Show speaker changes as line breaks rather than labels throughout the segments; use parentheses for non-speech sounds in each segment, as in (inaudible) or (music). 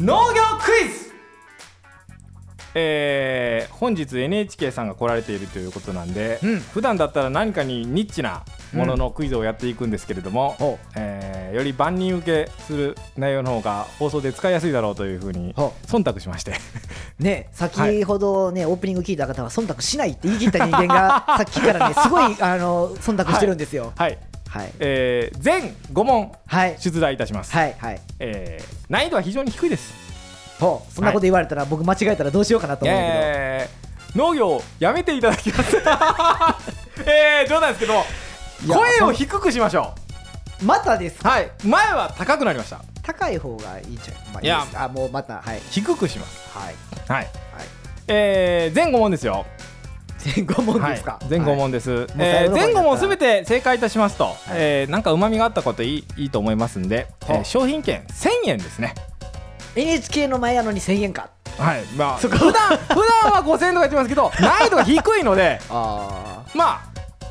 農業クイズ
えー本日 NHK さんが来られているということなんで、
うん
普段だったら何かにニッチなもののクイズをやっていくんですけれども、
ほ
えーより万人受けする内容の方が放送で使いやすいだろうというふうに
ほ
忖度しまして
(laughs) ね、先ほどね、オープニング聞いた方は忖度しないって言い切った人間 (laughs) がさっきからねすご (laughs) いあの忖度してるんですよ。
はい、
はい
えー全5問
はい
出題いたします、
はいはい。
えー難易度は非常に低いです
ほうそんなこと言われたら僕間違えたらどうしようかなと思うんだけど。
えー農業をやめていただきます (laughs) えー冗談ですけど
いや
声を低くしましょ
またです
うはい前は高くなりました
高い方がいいんじゃん。まあ、い
い
い
や
ですあもうまたはい
低くします
はい
はい
はい。
えー、前5問ですよ
前後問ですか。
はい、前後
はい
問です、
う最
えー
後の方になった
前後問すべて正解いたしますと、えーなんかうまみがあったこといいいいと思いますんで、え
はあ
ー商品券1000円ですね
NHK の前やのに1000円か。
はいまあ
そ
普 (laughs)
こ
段普段は5000円とか言ってますけど難易度が低いので
あ
まあ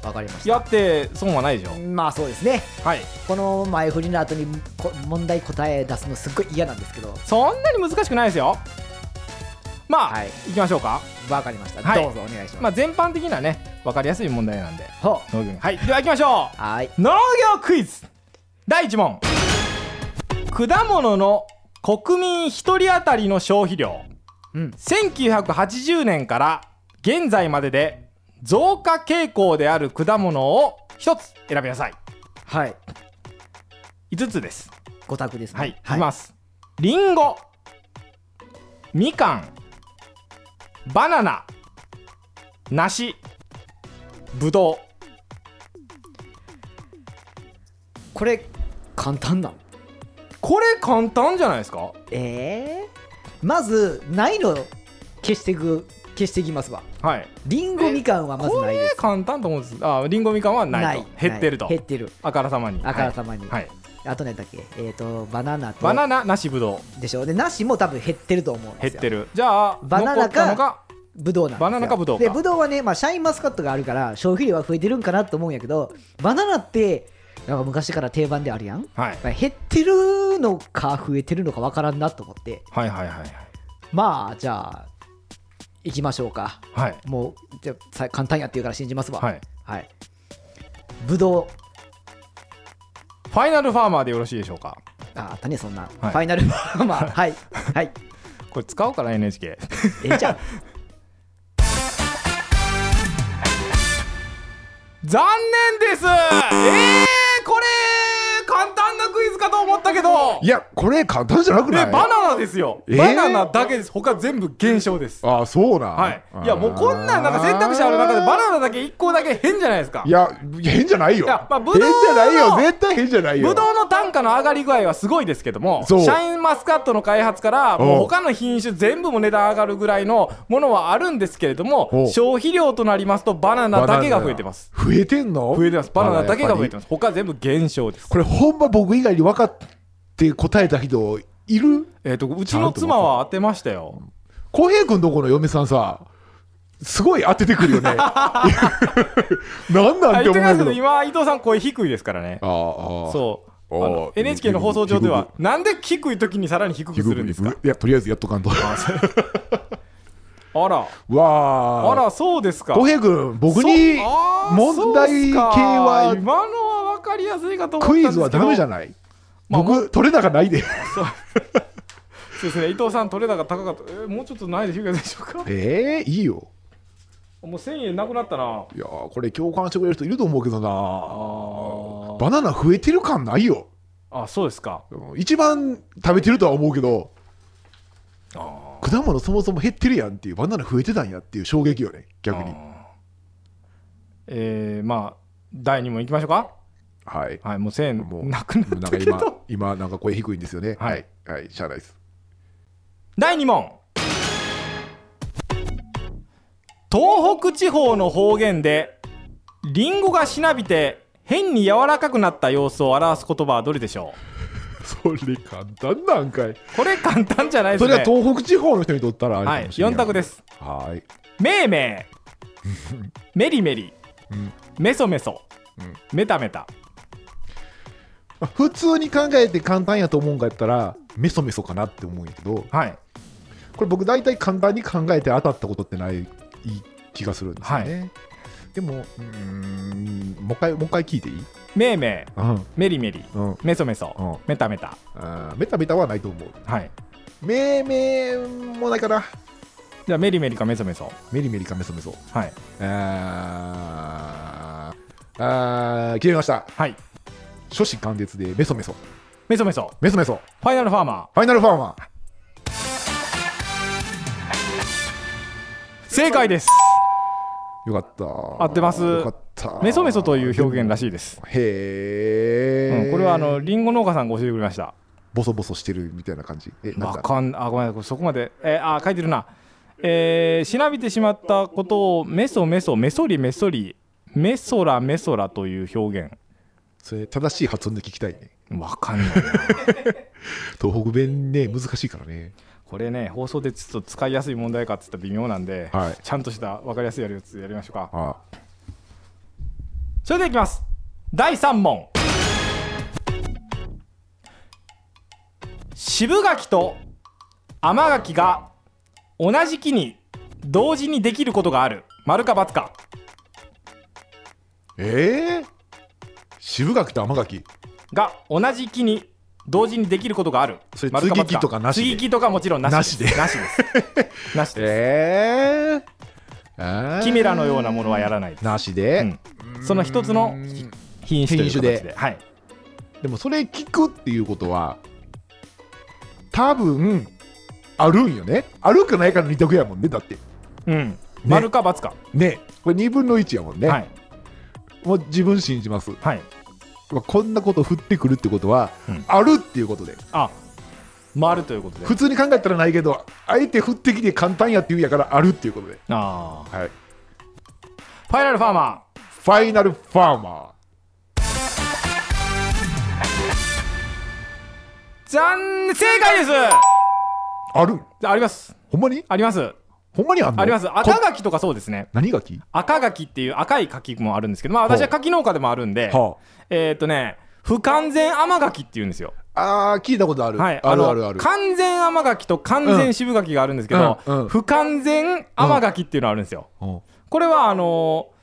あわかりまし
やって損はないでしょ
た。まあそうですね。
はい
この前振りの後にこ問題答え出すのすっごい嫌なんですけど
そんなに難しくないですよまあ、
はい
い、きましょうか
わかりました、
はい
どうぞお願いし
ま
ま
あ
す、
全般的なね分かりやすい問題なんで
ほ
農業にはいでは行きましょ
うはーいう
農業クイズ第1問果物の国民1人当たりの消費量
うん
1980年から現在までで増加傾向である果物を1つ選びなさい
はい
5つです
五択ですね
はい、い、きますりんごみかんバナナ梨ぶどう
これ簡単なの
これ簡単じゃないですか
ええまずないの消していく消していきますわ
はい
りんごみかんはまず
こ
ないで
れ
す
簡単と思うんですありんごみかんはないと減ってると
減ってる
あからさまに
あからさまに、
はい、はい
あと何だっけえっ、とバナナと
バナナ梨ぶど
でしょでなしも多分減ってると思うん
う
で
減っ
すよ
てるじゃあ
バナ
残っ
ナか
たのが
ブドウなんですよ
バナナかブドウか
でブドウはね、まあ、シャインマスカットがあるから消費量は増えてるんかなと思うんやけどバナナってなんか昔から定番であるやん、
はい
まあ減ってるのか増えてるのかわからんなと思って
はいはいはい
まあじゃあ行きましょうか
はい
もうじゃあさ簡単やっていうから信じますわ
はい
はいブドウ
ファイナルファーマーでよろしいでしょうか
ああったねそんな、
はい
ファイナルフ (laughs) ァーマー
(laughs)
はいはい
これ使おうかな NHK
ええじゃん
(laughs) 残念ですえー、これ簡単なクイズかと思ったけど
いや、これ簡単じゃなく
え
ない
バナナですよ、
えー
バナナだけです他全部減少です
ああ、そうなん。
はいいやもうこんなんなんか選択肢ある中でバナナだけ1個だけ変じゃないですか
いや、変じゃないよ。
いやまあブドウ
変
の
じゃないよ。絶対変じゃないよ。
ぶどうの単価の上がり具合はすごいですけどもシ
そう
ャインマスカットの開発から
うん
もう他の品種全部も値段上がるぐらいのものはあるんですけれども
お
消費量となりますとバナナだけが増えてます。
増えてんの
増えてますバナナだけが増えて
ま
ます他全部減少です
す。これ、ほんま僕以外に分かって答えた人いる
えっ、とうちの妻は当てましたよ
浩平君のこの嫁さんさ、すごい当ててくるよ
(laughs)
ね。なんな
あ
んて
言って
思う
ます
け
けど
ど。
今伊藤さん声低いですからね
ああああ
そうあ
あー
の NHK の放送上ではなんで低い時にさらに低くするんですか
いや、とりあえずやっとかんと。
あら
(laughs) わあ。
あらそうですか
浩平君、僕に
そうあー
問題系
そうっすか
は
今のは分かりやすいかと思ったん
ク
ですけど
イズはダメじゃない
まあ
僕、取れ
(laughs)
高ないで。
そうですね伊藤さん取れ高高かったえーもうちょっとないでしょうかでしょうか (laughs)
ええいいよ。
もう1000円なくなったない
やーこれ共感してくれる人いると思うけどな
ー
バナナ増えてる感ないよ
あそうですか
うん一番食べてるとは思うけど
あ
果物そもそも減ってるやんっていうバナナ増えてたんやっていう衝撃よね逆に
えー、まあ第2問いきましょうか
はい
はいもう1000
もう
円なくな
なん
った
か
けど
今今なんか声低いんですよね
はい
はい、はい、しゃあないです
(laughs) 第2問東北地方の方言でリンゴがしなびて変に柔らかくなった様子を表す言葉はどれでしょ
それ簡単なんかいう
これ簡単じゃないです
そ
ね
れは東北地方の人にとったらあれ
は
か
い
もしれん
4択です
はい
めい (laughs) めいメリメリ
うん
メソメソ
うん
メタメタ
あ普通に考えて簡単やと思うんかやったらメソメソかなって思うんやけど
はい
これ僕大体簡単に考えて当たったことってない気がするんですよね、でもうーんもう一回もう一回聞いていい
めいめい
うん
メリメリ
うん
メソメソ、
うん
メタメタ
あーメタメタはないと思う
はい
めめもないかな
じゃあメリメリかメソメソ
メリメリかメソメソ
はい
あーあー決めました
はい
初子貫徹でメソメソ
メソメソ
メソメソ
ファイナルファーマ
ファイナルファーマー
ー正解です
よかった
合ってます
よかった
メソメソという表現らしいです、
へえ、
うん、これはあのリンゴ農家さんが教えてくれました
ボソボソしてるみたいな感じえなん
わ
だ
かんあごめんなさいそこまでえーあ書いてるなえー、しなびてしまったことをメソメソメソリメソリメソラメソラという表現
それ正しい発音で聞きたいね
わかんない
東北弁ね難しいからね
これね放送でちょっと使いやすい問題かっつったら微妙なんで、
はい
ちゃんとしたわかりやすいやつやりましょうか
あ
それではいきます第3問渋柿と甘柿が同じ木に同時にできることがある丸か×か
えー、渋柿と甘柿
が同じ木に同時にできることがある
それ
丸
接ぎ木とかなしで
接ぎ木とかもちろんなしですなしですなしで
(laughs)
す
えー、あー
キメラのようなものはやらないです
なしで、
うんその一つの
うん
品種という形
品種
で
で
はい
でもそれ聞くっていうことは多分あるんよねあるかないかの二択やもんねだって
うん丸か×か
ねこれ2分の1やもんね、
はい
もう自分信じます
はい
まあこんなこと降ってくるってことは、
うん
あるっていうことで
あ丸ということで
普通に考えたらないけどあえて降ってきて簡単やって言うんやからあるっていうことで、
ああ
はい、
ファイナルファーマ
ファイナルファーマ
ー残念正解です
ーある
あります
ほんまに
あります
ほんまにあんの
あります
こ
赤柿とかそうですね
何がき
赤柿っていう赤い柿もあるんですけどまあ私は柿農家でもあるんで
は
えっ、とね不完全甘柿っていうんですよ
ああー聞いたことある、
はい
ある
の
あるある
完全甘柿と完全渋柿があるんですけど、
うんうん
不完全甘柿っていうのがあるんですよ、
うん
これはあのー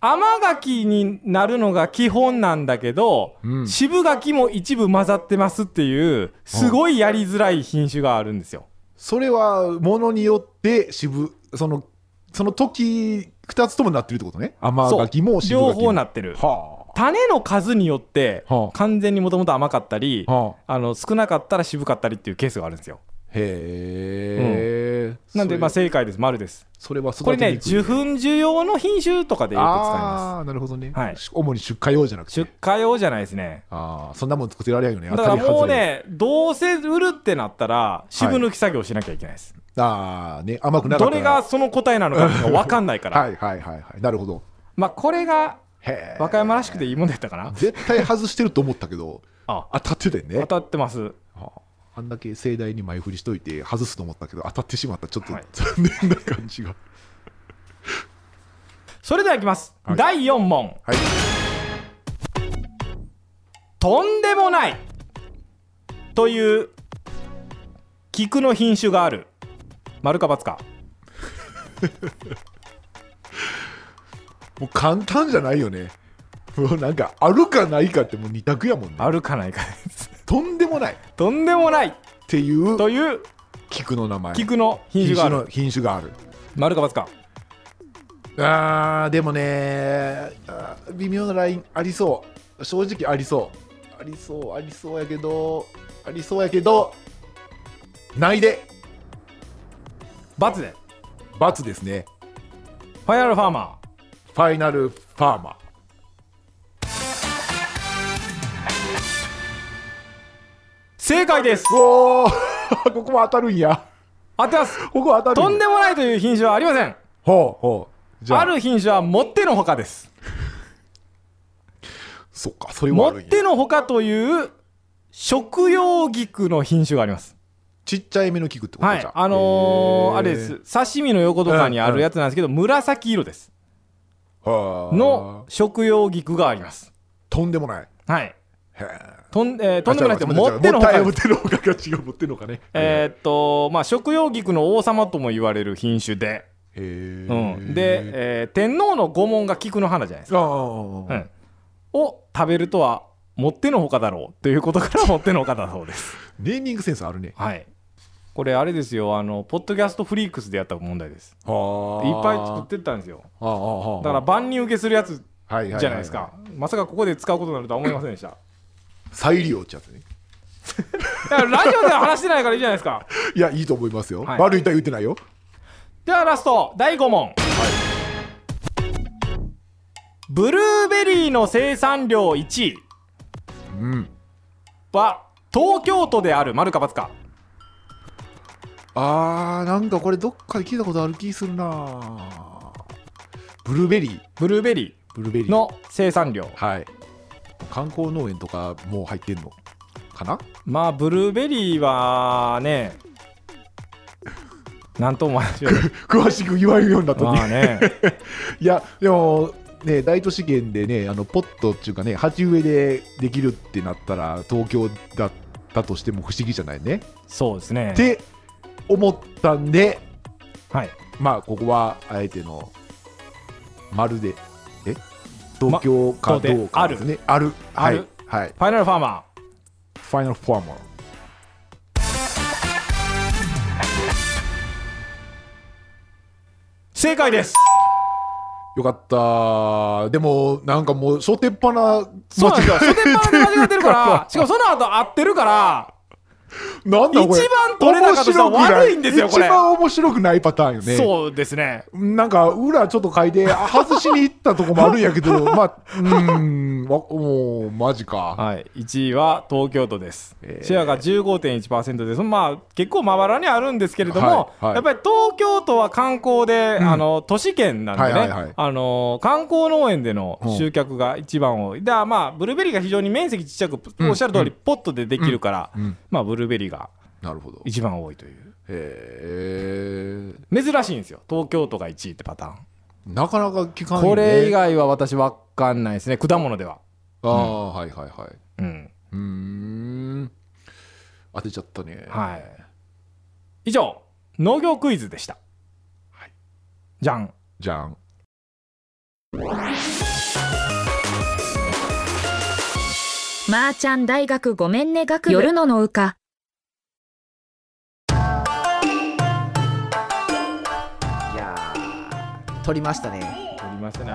甘柿になるのが基本なんだけど、
うん
渋柿も一部混ざってますっていうすごいやりづらい品種があるんですよ、
それはものによって渋そのその時2つともなってるってことね甘
そう
柿も渋柿
両
も
方なってる
は
種の数によって
はあ
完全にもともと甘かったり、
あ、はあ、
あの少なかったら渋かったりっていうケースがあるんですよ
へえ、
なんでまあ
それ
正解です丸です
それは育て
これね
にくい
受粉受容の品種とかでよく使います
ああなるほどね、
はい
主に出荷用じゃなくて
出荷用じゃないですね
ああそんなもん作ってられないよね
だから
当たり
もう
外れ
ねどうせ売るってなったら渋抜き作業しなきゃいけないです、
ああね甘くなか
ど
った
れ
ら
がその答えなのかっていうのが分かんないから、
はいはいはいはいなるほど
まあこれが
へえ
和歌山らしくていいもんだったかな
絶対外してると思ったけど
あ
当たってたよね
当たってます
あああんだけ盛大に前振りしといて外すと思ったけど当たってしまったちょっと
はい
残念な感じが、
それではいきます、
はい
第4問
はい、
とんでもないという菊の品種がある丸か×か
もう簡単じゃないよねもうなんかあるかないかってもう二択やもんね
あるかないか (laughs) です
とんでもないっ
とんでもない
ていう
という
菊の名前
菊の品種がある
の品種がある
丸か×か
あーでもねあー微妙なラインありそう正直ありそうありそうありそうやけどありそうやけどないで
×で
×ですね
ファイナルファーマー
ファイナルファーマー
正解です
おー (laughs) ここも当たるんや
当てます
ここ当たる
とんでもないという品種はありません
ほうほうじゃあ
ある品種はもってのほかです
そっかそれは
も
ある
っ
んや
てのほかという食用菊の品種があります
ちっちゃい目の菊ってこと
は
じ
い
ゃん
あのー
へー
あれです刺身の横とかにあるやつなんですけど、紫色です
はあ
の食用菊があります
とんでもない
はい
へへ
とん,、えーとんでもないって
あ違う
持ってのほか
持ってのほかが違う持ってのほかね
えーっとまあ食用菊の王様とも言われる品種で、
へえ
うん、で、えー天皇の御紋が菊の花じゃないですか、
ああ
う
ああ
ん、を食べるとは持ってのほかだろうということから持ってのほかだそうです
ネーミングセンスあるね
はい。これあれですよ、あのポッドキャストフリークスでやった問題です。
はい
っぱい作ってったんですよ。
ああああ
だから万人受けするやつ
ら
じゃないですか。まさかここで使うことになるとは思いませんでした。
再利用っちゃってね
だからラジオでは話してないからいいじゃないですか。
いやいいと思いますよ
はい
悪いとは言ってないよ
ではラスト第5問。ブルーベリーの生産量1位
うん
は東京都である丸か×か。
あーなんかこれどっかで聞いたことある気するなブルーベリー
ブルーベリ
ブルーベリ
ー
ー
の生産量。
はい観光農園とかもう入ってんのかな (laughs)
まあブルーベリーはね、なんとも話しようがない
詳しく言われるようになった
まあ
ね
ね。
いやでもね大都市圏でねあのポットっていうかね鉢植えでできるってなったら東京だったとしても不思議じゃないね
そうですね
っ。て思ったんで
はい。
まあここはあえてのまるでえ東京かどうかですね、ある
あ
は
る
いはい
ファイナルファーマー。
ファイナルフォーマー
正解です。
よかったでもなんかもう初手っ端な
そうなんですよ。
間違
初手間で間違えてるから、しかもその後合ってるから、
え (laughs) なんだこれ
一番取れなかった人は悪いんですよ
面白くない
これ
一番面白くないパターンよね
そうですね。
なんか裏ちょっと書いて外しに行ったとこもあるんや
(laughs)
けどまあうーんわもうマジか
はい。1位は東京都です。
えー
シェアが15.1%です。まあ、結構まばらにあるんですけれども、
はいはい
やっぱり東京都は観光で、
うん
あの、都市圏なんでね、
はいはいはい
あの、観光農園での集客が一番多い。だからまあ、ブルーベリーが非常に面積ちっちゃく、
ん
おっしゃる通り、ポットでできるから、
うん
まあ、ブルーベリーが
なるほどへ
一番多いという。
え
珍しいんですよ東京都が1位ってパターン、
なかなか聞かない、ね、
これ以外は私わかんないですね果物では
ああ、はいはいはい
うん
うーん当てちゃったね
はい以上農業クイズでした、
はい
じゃん
じゃん
まーちゃん大学ごめんね学部夜ののうか。
いやー取りましたね
取りましたね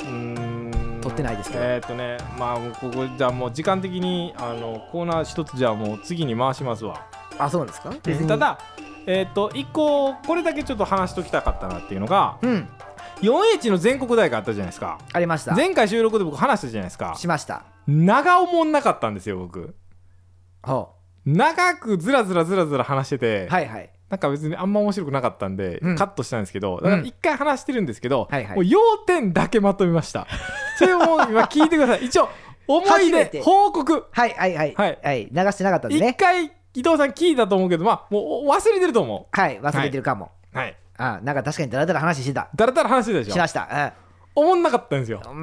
うーん
取ってないですけど
えーっとねまあもうここじゃあもう時間的にあのコーナー一つじゃあもう次に回しますわ
あそうなんですか別に
ただえーっと一個これだけちょっと話しときたかったなっていうのが
うん
4H の全国大会あったじゃないですか
ありました
前回収録で僕話したじゃないですか
しました
長思んなかったんですよ僕
ほ
長くずらずらずらずら話してて、
うはいはい
なんか別にあんま面白くなかったんで、
うん
カットしたんですけどだから一回話してるんですけど、
はいはい
もう要点だけまとめましたそれをもう今聞いてください一応思い
初め
出
て
報告
はいはいはい
はい
はい流してなかったん
一、
でね
回伊藤さん聞いたと思うけどまあもう忘れてると思
はい忘れてるかも
うはい
あなんか確かにだらだら話してた
だらだら話してたで
し
しょ
ました
思んなかったんですよ
うんう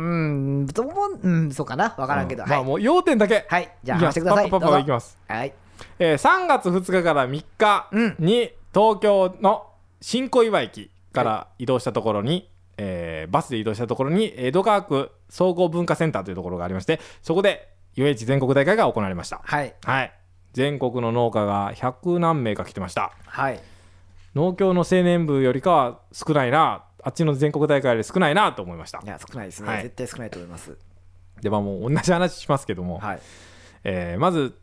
ーんどうもうんそうかなわからんけど
う
は
まあ
い
もう要点だけ
はいじゃあ
いきま
話し
す
てください
パッパッパッ
ど
パ
う
い
ぞ
きます、
はい
えー3月2日から3日に東京の新小岩駅から移動したところに、えーバスで移動したところに江戸川区総合文化センターというところがありましてそこで UH 全国大会が行われました
はい
はい全国の農家が100何名か来てました
はい
農協の青年部よりかは少ないなあっちの全国大会より少ないなと思いました
いや少ないです
はい
ね絶対少ないと思います
でまあもう同じ話しますけども、
はい
えーまず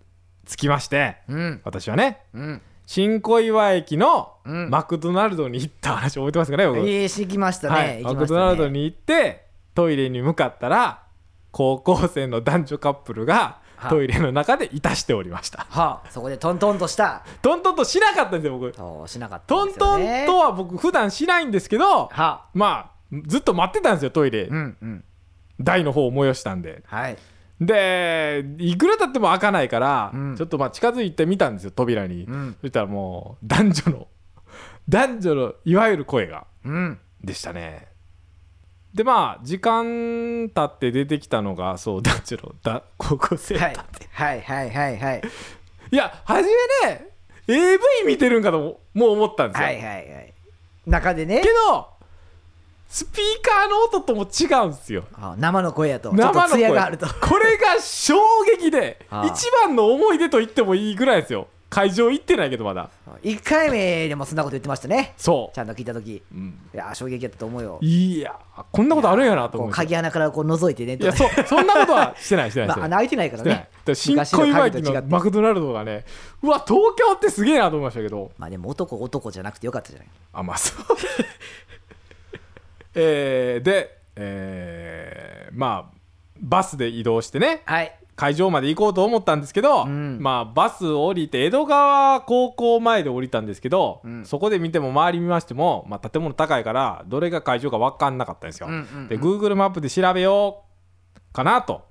着きまして
うん
私はね
うん
新小岩駅の
うん
マクドナルドに行った話覚えてますかね、僕
ええしきました
は
ね
い、
行
マ
き
ク
ま
ドナル
し
ド
たね
に行ってトイレに向かったら高校生の男女カップルが
はい
トイレの中でいたしておりました
はあそこでトントンとした
トントンとしなかったんですよ僕
そうしなかった
ト
ん
ン
ですよ
トン
ね
とは僕普段しないんですけど
は
まあずっと待ってたんですよトイレ
あうんうん
台の方を催したんで
はい
でいくら経っても開かないから、
うん
ちょっとまあ近づいてみたんですよ扉に、
うん
そしたらもう男女の男女のいわゆる声が
うん
でしたねでまあ時間経って出てきたのがそう男女のだ高校生、
はい
い、
はいはいはいはい
や初めね AV 見てるんかとももう思ったんですよ、
はいはいはい中でね
けどスピーカーの音とも違うんですよ
あ生の声やとちょっ
生
と
の
ツ
声
ヤがある (laughs) と
これが衝撃で
ああ
一番の思い出と言ってもいいぐらいですよ会場行ってないけどまだ
1回目でもそんなこと言ってましたね
そ
ちゃんと聞いた時
う、うん、
いやー衝撃やったと思うよ
いやこんなことあるんやなと思
こう
うんですよ
鍵穴からこう覗いてね
い
と
や
か
そうそんなことはしてないしてないして
まあ
ない
穴開いてないからね
で新小岩駅のマクドナルドがねうわ東京ってすげえなと思いましたけど
まあでも男男じゃなくてよかったじゃない
あまあそう (laughs) えーで、えーまあバスで移動してね
はい
会場まで行こうと思ったんですけど、
うん
まあバス降りて江戸川高校前で降りたんですけど、
うん
そこで見ても周り見ましても、まあ、建物高いからどれが会場か分かんなかったんですよ、
うんうんうん
で Google マップで調べようかなと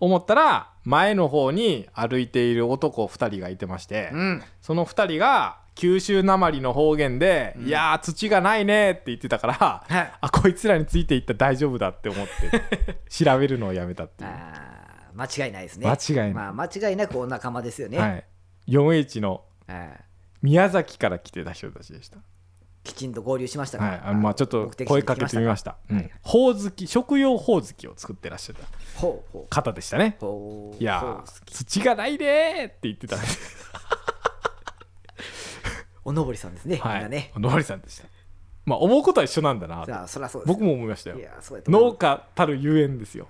思ったら前の方に歩いている男2人がいてまして、
うん
その2人が九州なまりの方言で「いやー土がないね」って言ってたから、
はい
あこいつらについていったら大丈夫だって思って
(laughs)
調べるのをやめたっていう。
あー間違いないですね
間違いない
まあ間違いなくお仲間ですよね、
はい、4H の
あー
宮崎から来てた人たちでした。
きちんと合流しましたか
はい、あのまあちょっと
目的地
声
に
か
着き
けてみましたた。
は
う
い
んほおずき食用ほおずきを作ってらっしゃった
かほうほう
方でしたね。
ほう
い
ほう
や
好
ー
き
土がないねーって言って
(laughs)
たんです。
おのぼりさんですね、
は。
みんないね
のわりさんでした。まあ思うことは一緒なんだなと。
さあそりゃそうです
僕も思いましたよ
い。やそうやと思
農
う
家たるゆえんですよ。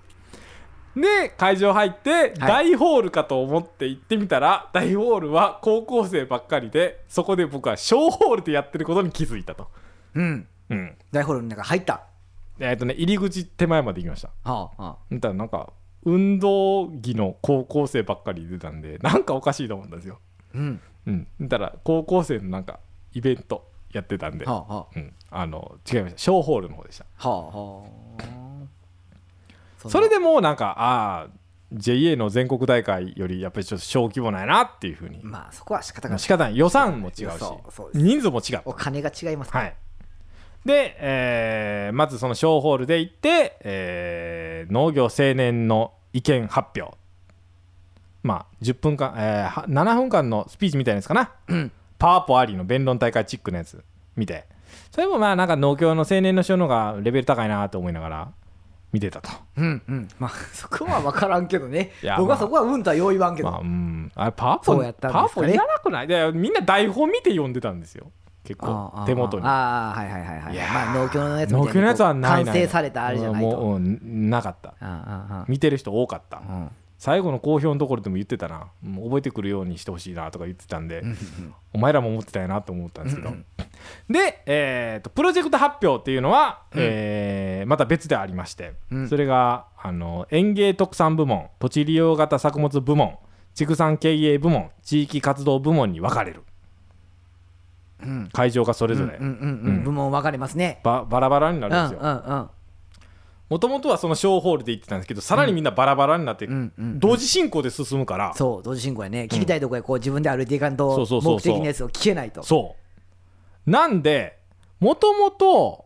で会場入って大ホールかと思って行ってみたら、大ホールは高校生ばっかりでそこで僕は小ホールでやってることに気づいたと。
うん
うん、
大ホールの中入ったは
えっとね入り口手前まで行きました
あは
だからなんか運動着の高校生ばっかり出たんでなんかおかしいと思ったんですよ
あうん
うんだから高校生のなんかイベントやってたんで、
はあは
うん、あの違いました小ホールの方でした
あはあはあ
それでもうなんかああ JA の全国大会よりやっぱりちょっと小規模なんやなっていうふうに、
まあそこは仕方がない
仕方ない予算も違うし
そうそうです
人数も違った
お金が違いますから
はい、で、えーまずその小ホールで行って、えー農業青年の意見発表まあ10分間、えーは7分間のスピーチみたいなやつか
(clears throat)
な、パワーポありの弁論大会チックのやつ見てそれもまあなんか農協の青年の人の方がレベル高いなと思いながら見てた
(laughs)
と
うんうんまあそこは分からんけどね
いや
僕
まあ
はそこはうんとはよう言わんけど、
まあうんあれパワーポ
そうやったんです
パ
かね
ワーポいらなくないでみんな台本見て読んでたんですよ結構手元に
ああはいはいはいはい
いやー
まあ農協のやつみたいに
農協のやつはないな
完
い
成されたあれじゃないと、
もううんなかった
ああ
見てる人多かった、
ああ
最後の好評のところでも言ってたなもう覚えてくるようにしてほしいなとか言ってたんで、
うん
お前らも思ってたよなと思ったんですけど、
うんうん
で、えーとプロジェクト発表っていうのは、えーまた別でありまして、
うん
それがあの園芸特産部門土地利用型作物部門畜産経営部門地域活動部門に分かれる
うん
会場がそれ
うん
ぞ
うん
れ、
うんうん部門分かれますね
ばバラバラにな
う
る
んうんん
です
う
よ
ん
もともとはその小ホールで行ってたんですけどさらにみんなバラバラになって、
うんうん
同時進行で進むから、
そう同時進行やね聞きたいとこへこう自分で歩いていかん
そ
と
うそうそうそ
目
う
的のやつを聞けないと
そうなんでもともと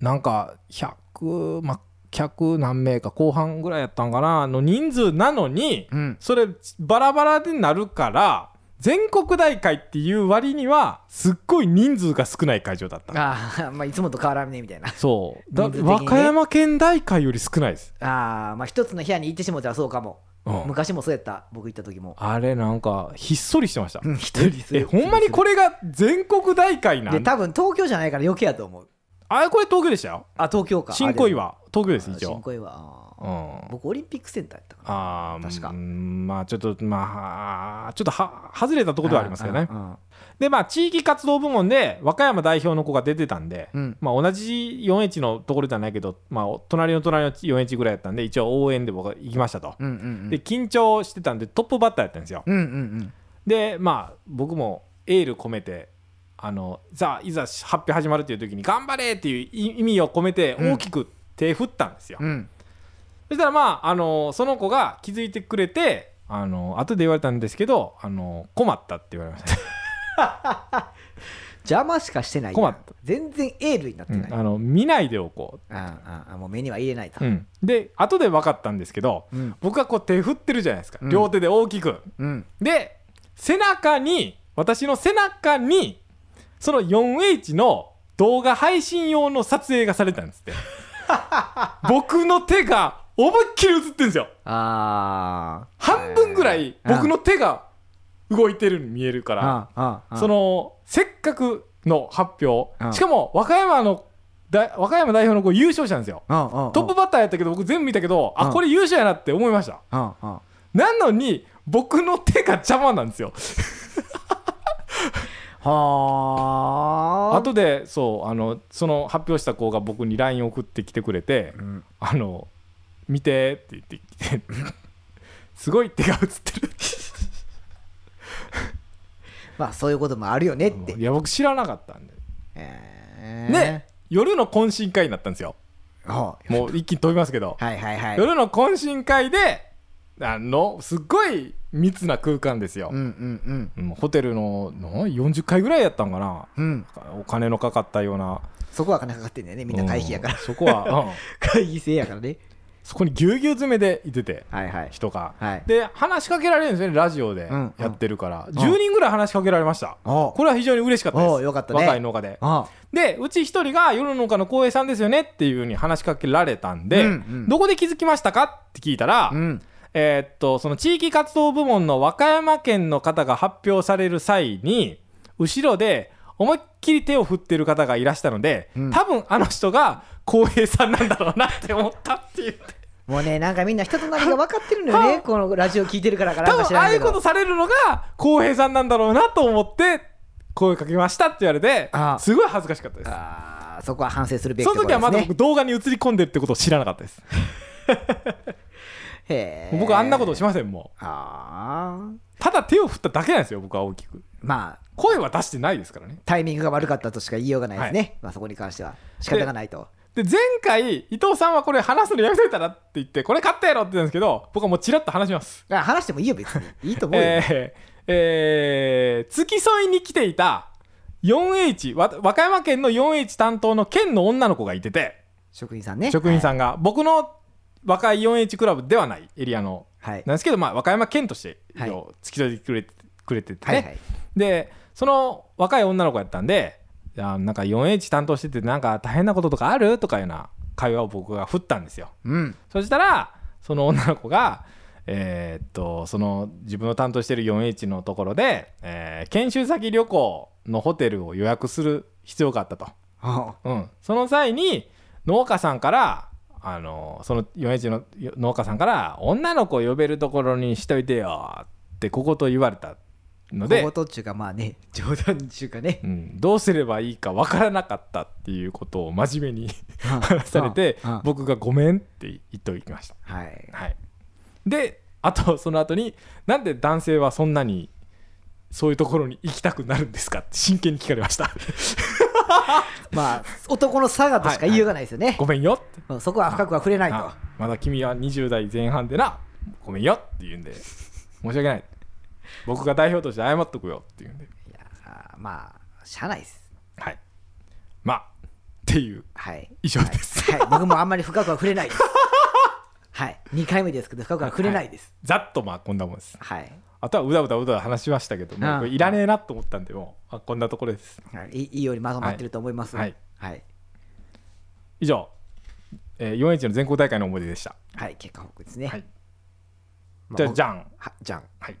なんか100、まあ、100何名か後半ぐらいやったんかなの人数なのに、
うん
それバラバラでなるから全国大会っていう割にはすっごい人数が少ない会場だった
ああ (laughs) まあいつもと変わらんねみたいな
そうだ
人数的にね
和歌山県大会より少ないです、
ああまあ一つの部屋に行ってしもたらそうかも
うん
昔もそうやった僕行った時も
あれなんかひっそりしてました (laughs)
うん一人です
えほんまにこれが全国大会なん
で多分東京じゃないから余計やと思う
あれこれ東京でしたよ
あ東京か
新小
あ
岩東京で
でも
す一
新
応
小岩あー
うん
僕オリンピックセンターやったかな
あー
確か
うんまあちょっとまあちょっとは外れたところではありますけどね
うんうん
でまあ地域活動部門で和歌山代表の子が出てたんで、
うん
まあ同じ 4H のところじゃないけど、まあ、お隣の隣の 4H ぐらいやったんで一応応援で僕は行きましたと、
うんうん
で緊張してたんでトップバッターやったんですよ、
うんうんうん
でまあ僕もエール込めてあのさあいざ発表始まるっていう時に頑張れっていう意味を込めて
うん
大きく手振ったんですよ、
うん
そしたらまあ、あのその子が気づいてくれて、あ
(laughs)
の後で言われたんですけど、あの困ったって言われました、ね、
邪魔しかしてないやん
困った
全然エールになってな
う
い、
んあの見ないでおこ
ああああもう目には入れないと、
う、うん、で後で分かったんですけど、
うん
僕はこう手振ってるじゃないですか、
うん
両手で大きく
うん
で背中に私の背中にその 4H の動画配信用の撮影がされたんですって
(laughs)
僕の手が思いっきり映ってるんですよ
ああ
半分ぐらい僕の手が動いてるように見えるから、
あああ
そのせっかくの発表、
うん
しかも和歌山のだ和歌山代表の子優勝者なんですよ、
あああ
トップバッターやったけど僕全部見たけど、
うん
あこれ優勝やなって思いました
ああ
なのに僕の手が邪魔なんですよ
あはあ
後でそうあのその発表した子が僕に LINE 送ってきてくれて
うん
「あの見て」って言ってきて (laughs) 「すごい手が映って
(laughs)
る
まあそういうこともあるよね」って
いや僕知らなかったんで
えー
ね夜の懇親会になったんですよ
はあ
もう一気に飛びますけど
はいはいはい
夜の懇親会であのすっごい密な空間ですよ
うん、うん
うんホテルのな40階ぐらいやったんかな
うんうん
お金のかかったような
そこは金かかってんだよねみんな会費やから
うんそこは、うん
(laughs) 会費制やからね
そこにぎゅうぎゅう詰めでいてて
はいはい
人が、
はい
で話しかけられるんですよねラジオで
うん
やってるから、
ん
10人ぐらい話しかけられました、
お
これは非常に嬉しかったで
お
す
うよかったね
若い農家で
あ
でうち1人が夜の農家の浩平さんですよねっていうふうに話しかけられたんで、
うんうん
どこで気づきましたかって聞いたら、
うん
えーっとその地域活動部門の和歌山県の方が発表される際に後ろで思いっきり手を振ってる方がいらしたので、
うん
多分あの人が浩平さんなんだろうなって思ったって言って
もうねなんかみんな人となりが分かってるのよ
は
ね
あ
このラジオ聞いてるからかな
多
んか知
分あ
ら
あ
ん
い
け
うこと
ど
されるのが浩平さんなんだろうなと思って声かけましたって言われて
ああ
すごい恥ずかしかったです
あーそこは反省するべき
その
とこ
時
ろで
は
す
まだ
ね
僕動画に映り込んでるってことを知らなかったです、
へえ
僕あんなことしませんも
ああ
うただ手を振っただけなんですよ僕は大きく
まあ
声は出してないですからね
タイミングが悪かったとしか言いようがないですね、
は
まあそこに関しては仕方がないと
で前回伊藤さんはこれ話すのやめといたらって言ってこれ買ったやろって言ったんですけど僕はもうちらっと話します
あ話してもいいよ別
(laughs)
にいいと思うよ、
えーえー付き添いに来ていた 4H わ和歌山県の 4H 担当の県の女の子がいてて
職員さんね
職員
ん
さんが、僕の若い 4H クラブではないエリアの、
はい
なんですけど、まあ、和歌山県として
はい
一応付き添いでくれてくれてて、
は
ね
いはい
でその若い女の子やったんで「あなんか 4H 担当しててなんか大変なこととかある?」とかいうような会話を僕が振ったんですよ。
うん
そしたらその女の子がえーっとその自分の担当してる 4H のところで、えー研修先旅行のホテルを予約する必要があったと。
あ
うん、その際に農家さんからあのその 4H のよ農家さんから「女の子呼べるところにしといてよ」ってここと言われたので
小言っちゅうかまあね冗談っちゅうかね
うん、どうすればいいか分からなかったっていうことを真面目に話されて
うんうん
僕が「ごめん」って言っておきました。
はい
はい、であとその後になんで男性はそんなにそういうところに行きたくなるんですかって真剣に聞かれました。
まあ男の差がとしか言いようがないですよね、
ごめんよって
うんそこは深くは触れないと
あまだ君は20代前半でなごめんよって言うんで申し訳ない僕が代表として謝っとくよって言うんで
いやーまあしゃあないです
はいまあっていう
はい
以上です、
はい、僕もあんまり深くは触れない (laughs) です。はい、2回目ですけど、深くは触れないです。
ざっとまあこんなもんです
はい、
あとはうだうだうだうだ話しましたけども
ああ
これいらねえなと思ったんでもうあこんなところです
はい、いいいようにまとまってると思います。
は
はいい、はい、
以上、えー、4H の全国大会の思い出でした、
はい結果報告ですね。
はい
まあ
じゃあ
僕
じゃん
はじゃん、
はい